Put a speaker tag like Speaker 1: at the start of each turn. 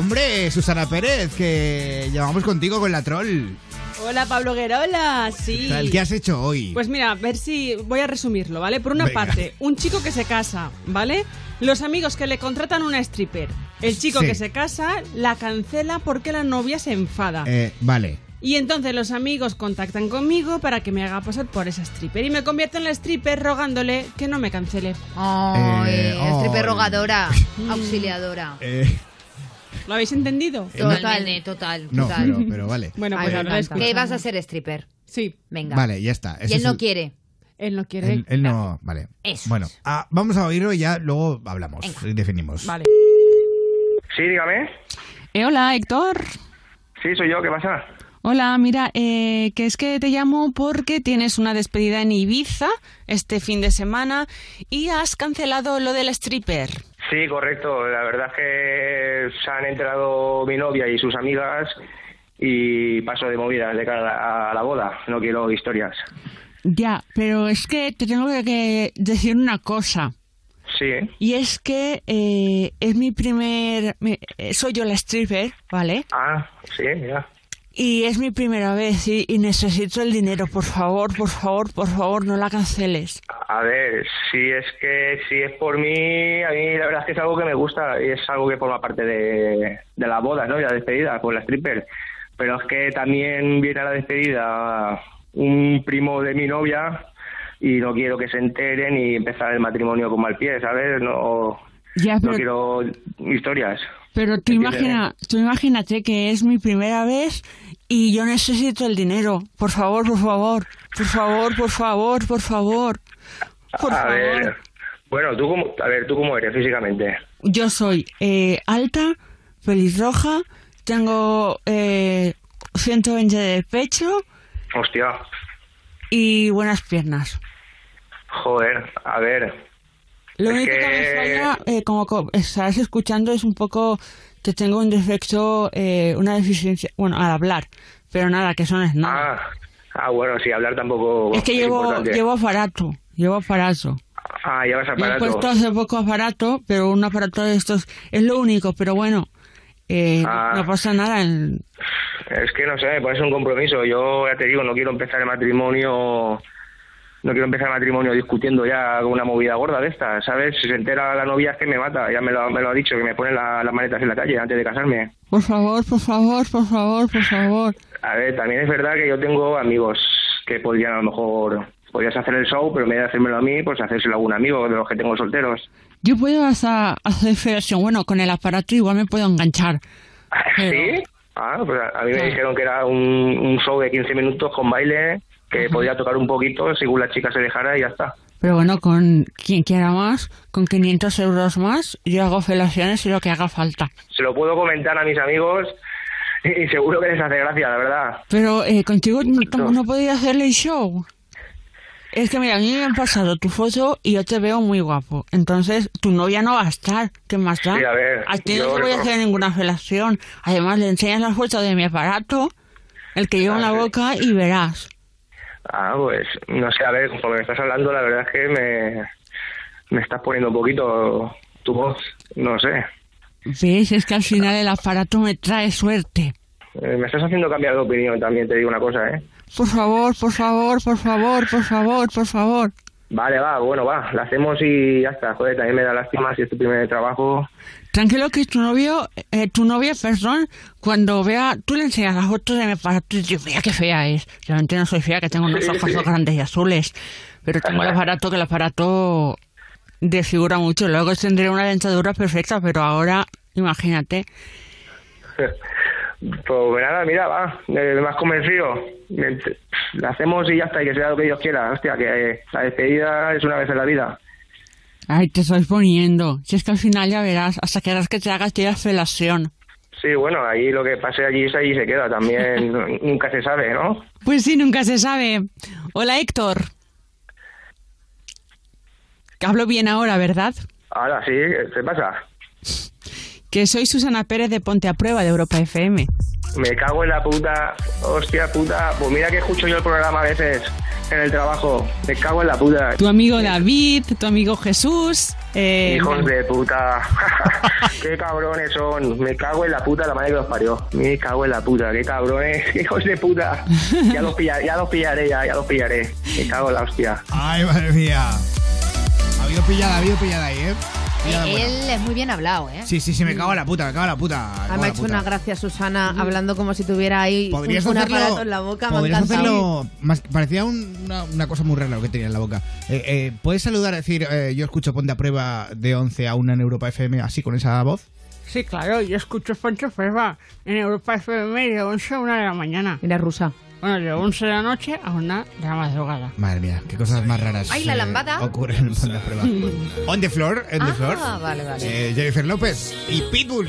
Speaker 1: Hombre, Susana Pérez, que llevamos contigo con la troll.
Speaker 2: Hola Pablo Guerola, sí.
Speaker 1: ¿Qué tal? ¿Qué has hecho hoy?
Speaker 2: Pues mira, a ver si voy a resumirlo, ¿vale? Por una
Speaker 1: Venga.
Speaker 2: parte, un chico que se casa, ¿vale? Los amigos que le contratan una stripper. El chico
Speaker 1: Sí.
Speaker 2: que se casa la cancela porque la novia se enfada.
Speaker 1: Eh, vale.
Speaker 2: Y entonces los amigos contactan conmigo para que me haga pasar por esa stripper y me convierto en la stripper rogándole que no me cancele.
Speaker 3: Ay,
Speaker 1: Eh, ay.
Speaker 3: stripper rogadora, auxiliadora.
Speaker 1: Eh,
Speaker 2: ¿Lo habéis entendido?
Speaker 3: Totalmente, total,
Speaker 1: no,
Speaker 3: total.
Speaker 1: pero, pero vale.
Speaker 2: Bueno,
Speaker 3: Ay,
Speaker 2: pues
Speaker 3: me
Speaker 2: ahora
Speaker 3: encanta.
Speaker 2: escuchamos.
Speaker 3: que vas a ser stripper.
Speaker 2: Sí,
Speaker 3: Venga.
Speaker 1: Vale, ya está.
Speaker 3: Y
Speaker 1: Ese
Speaker 3: él
Speaker 1: es
Speaker 3: no
Speaker 1: el-
Speaker 3: quiere.
Speaker 2: él no quiere.
Speaker 1: Él, él no. Vale.
Speaker 3: Eso
Speaker 1: bueno,
Speaker 3: es.
Speaker 1: ah, vamos a oírlo y ya luego hablamos. y Definimos.
Speaker 2: Vale.
Speaker 4: Sí, dígame.
Speaker 5: Eh, hola, Héctor.
Speaker 4: Sí, soy yo, ¿qué pasa?
Speaker 5: Hola, mira, eh, que es que te llamo porque tienes una despedida en Ibiza este fin de semana y has cancelado lo del stripper.
Speaker 4: Sí, correcto. La verdad es que se han enterado mi novia y sus amigas y paso de movidas de cara a la- a la boda. No quiero historias.
Speaker 5: Ya, pero es que te tengo que decir una cosa.
Speaker 4: Sí, ¿eh?
Speaker 5: Y es que eh, es mi primer... mi- eh, soy yo la stripper, ¿vale?
Speaker 4: Ah, sí, mira.
Speaker 5: Y es mi primera vez y, y necesito el dinero. Por favor, por favor, por favor, no la canceles.
Speaker 4: A ver, si es que si es por mí, a mí la verdad es que es algo que me gusta y es algo que forma parte de, de la boda, ¿no? Y la despedida con la stripper. Pero es que también viene a la despedida un primo de mi novia y no quiero que se enteren y empezar el matrimonio con mal pie, ¿sabes? No,
Speaker 5: Ya,
Speaker 4: no
Speaker 5: pero
Speaker 4: quiero historias.
Speaker 5: Pero tú,
Speaker 4: Entiendo,
Speaker 5: imagina, tú imagínate que es mi primera vez y yo necesito el dinero. Por favor, por favor. Por favor, por favor, por favor. Por
Speaker 4: a
Speaker 5: favor.
Speaker 4: ver, bueno, tú cómo, a ver, tú cómo eres físicamente.
Speaker 5: Yo soy eh, alta, pelirroja, tengo eh, 120 de pecho
Speaker 4: Hostia,
Speaker 5: y buenas piernas.
Speaker 4: joder, a ver.
Speaker 5: Lo
Speaker 4: Es
Speaker 5: único que,
Speaker 4: que-
Speaker 5: me falla, eh, como co- estás escuchando, es un poco que tengo un defecto, eh, una deficiencia, bueno, al hablar. Pero nada, que eso no es nada.
Speaker 4: Ah, ah, bueno, sí, hablar tampoco
Speaker 5: Es que llevo,
Speaker 4: importante.
Speaker 5: llevo aparato, llevo aparato.
Speaker 4: Ah, llevas
Speaker 5: Me he
Speaker 4: aparato.
Speaker 5: puesto hace poco aparato, pero un aparato de estos es lo único, pero bueno, eh,
Speaker 4: Ah.
Speaker 5: no pasa nada. el-
Speaker 4: Es que no sé, me pones un compromiso. Yo ya te digo, no quiero empezar el matrimonio. No quiero empezar el matrimonio discutiendo ya con una movida gorda de esta, ¿sabes? Si se entera la novia es que me mata, ya me lo, me lo ha dicho, que me pone la- las maletas en la calle antes de casarme.
Speaker 5: Por favor, por favor, por favor, por favor.
Speaker 4: A ver, también es verdad que yo tengo amigos que podrían a lo mejor, podrías hacer el show, pero en vez de hacérmelo a mí, pues hacérselo a algún amigo de los que tengo solteros.
Speaker 5: Yo puedo hasta hacer felación, bueno, con el aparato igual me puedo enganchar. Pero-
Speaker 4: ¿Sí? Ah, pues a, a mí me
Speaker 5: Sí.
Speaker 4: dijeron que era un, un show de 15 minutos con baile, que podía tocar un poquito según la chica se dejara y ya está.
Speaker 5: Pero bueno, con quien quiera más, con 500 euros más, yo hago felaciones y lo que haga falta.
Speaker 4: se lo puedo comentar a mis amigos y seguro que les hace gracia, la verdad.
Speaker 5: Pero eh, contigo no,
Speaker 4: No.
Speaker 5: no podía hacerle el show. Es que mira, a mí me han pasado tu foto y yo te veo muy guapo. Entonces, tu novia no va a estar. ¿Qué más da?
Speaker 4: Sí, a ver,
Speaker 5: ti no
Speaker 4: yo
Speaker 5: te voy a
Speaker 4: no-
Speaker 5: hacer ninguna felación. Además, le enseñas la foto de mi aparato, el que llevo en la
Speaker 4: Ah, sí.
Speaker 5: boca, y verás.
Speaker 4: Ah, pues no sé, a ver, como me estás hablando, la verdad es que me, me estás poniendo un poquito tu voz, no sé.
Speaker 5: ¿Ves? Es que al final el aparato me trae suerte.
Speaker 4: Eh, Me estás haciendo cambiar de opinión también, te digo una cosa, ¿eh?
Speaker 5: Por favor, por favor, por favor, por favor, por favor.
Speaker 4: Vale, va, bueno, va, la hacemos y ya está. Joder, también me da lástima si es tu primer trabajo.
Speaker 5: Tranquilo que tu novio, eh, tu novia, perdón, cuando vea, tú le enseñas las fotos de mi aparato y dices, mira qué fea es. Realmente no soy fea, que tengo unos
Speaker 4: Sí,
Speaker 5: ojos
Speaker 4: sí.
Speaker 5: grandes y azules, pero tengo el aparato que el aparato desfigura mucho. Luego tendré una dentadura perfecta, pero ahora, imagínate.
Speaker 4: Pues nada, mira, va, eh, me has convencido. Me- La hacemos y ya está, y que sea lo que Dios quiera. Hostia, que eh, la despedida es una vez en la vida.
Speaker 5: Ay, te estoy poniendo. Si es que al final ya verás, hasta que harás que te hagas ya felación.
Speaker 4: Sí, bueno, ahí lo que pase allí es allí se queda también, nunca se sabe, ¿no?
Speaker 5: Pues sí, nunca se sabe. Hola, Héctor. Hablo bien ahora, ¿verdad?
Speaker 4: Ahora sí, ¿qué pasa?
Speaker 5: Que soy Susana Pérez de Ponte a Prueba de Europa FM.
Speaker 4: Me cago en la puta, hostia puta, pues mira que escucho yo el programa a veces en el trabajo. Me cago en la puta.
Speaker 2: Tu amigo David, tu amigo Jesús. eh,
Speaker 4: Hijos de puta. qué cabrones son. Me cago en la puta la madre que los parió. Me cago en la puta. Qué cabrones. Hijos de puta. Ya los, pilla- ya los pillaré, ya, ya los pillaré. Me cago en la hostia.
Speaker 1: Ay, madre mía. Ha habido pillada, ha habido pillada ahí, ¿eh? Pillada buena.
Speaker 3: Él es muy bien hablado, ¿eh?
Speaker 1: Sí, sí, sí, me cago en la puta, me cago en la puta. me
Speaker 6: Ah, me
Speaker 1: cago en
Speaker 6: ha
Speaker 1: la
Speaker 6: hecho
Speaker 1: puta.
Speaker 6: una gracia Susana hablando como si tuviera ahí un,
Speaker 1: Podrías
Speaker 6: un
Speaker 1: hacerlo.
Speaker 6: aparato en la boca. Me ha
Speaker 1: podrías
Speaker 6: encantado.
Speaker 1: hacerlo. más- parecía un- una, una cosa muy rara lo que tenía en la boca. Eh, eh, ¿Puedes saludar, decir, eh, yo escucho Ponte a Prueba de 11 a 1 en Europa FM, así con esa voz?
Speaker 5: Sí, claro, yo escucho Pancho Ferba en Europa FM de 11 a 1 de la mañana.
Speaker 6: Mira, rusa.
Speaker 5: Bueno, de 11 de la noche a 1 de la madrugada.
Speaker 1: Madre mía, qué cosas más raras.
Speaker 3: Ay, la
Speaker 1: eh,
Speaker 3: lambada.
Speaker 1: ocurren en Ponte a Prueba. on the floor, on the
Speaker 3: Ah,
Speaker 1: floor.
Speaker 3: vale, vale.
Speaker 1: Eh, Jennifer López y Pitbull.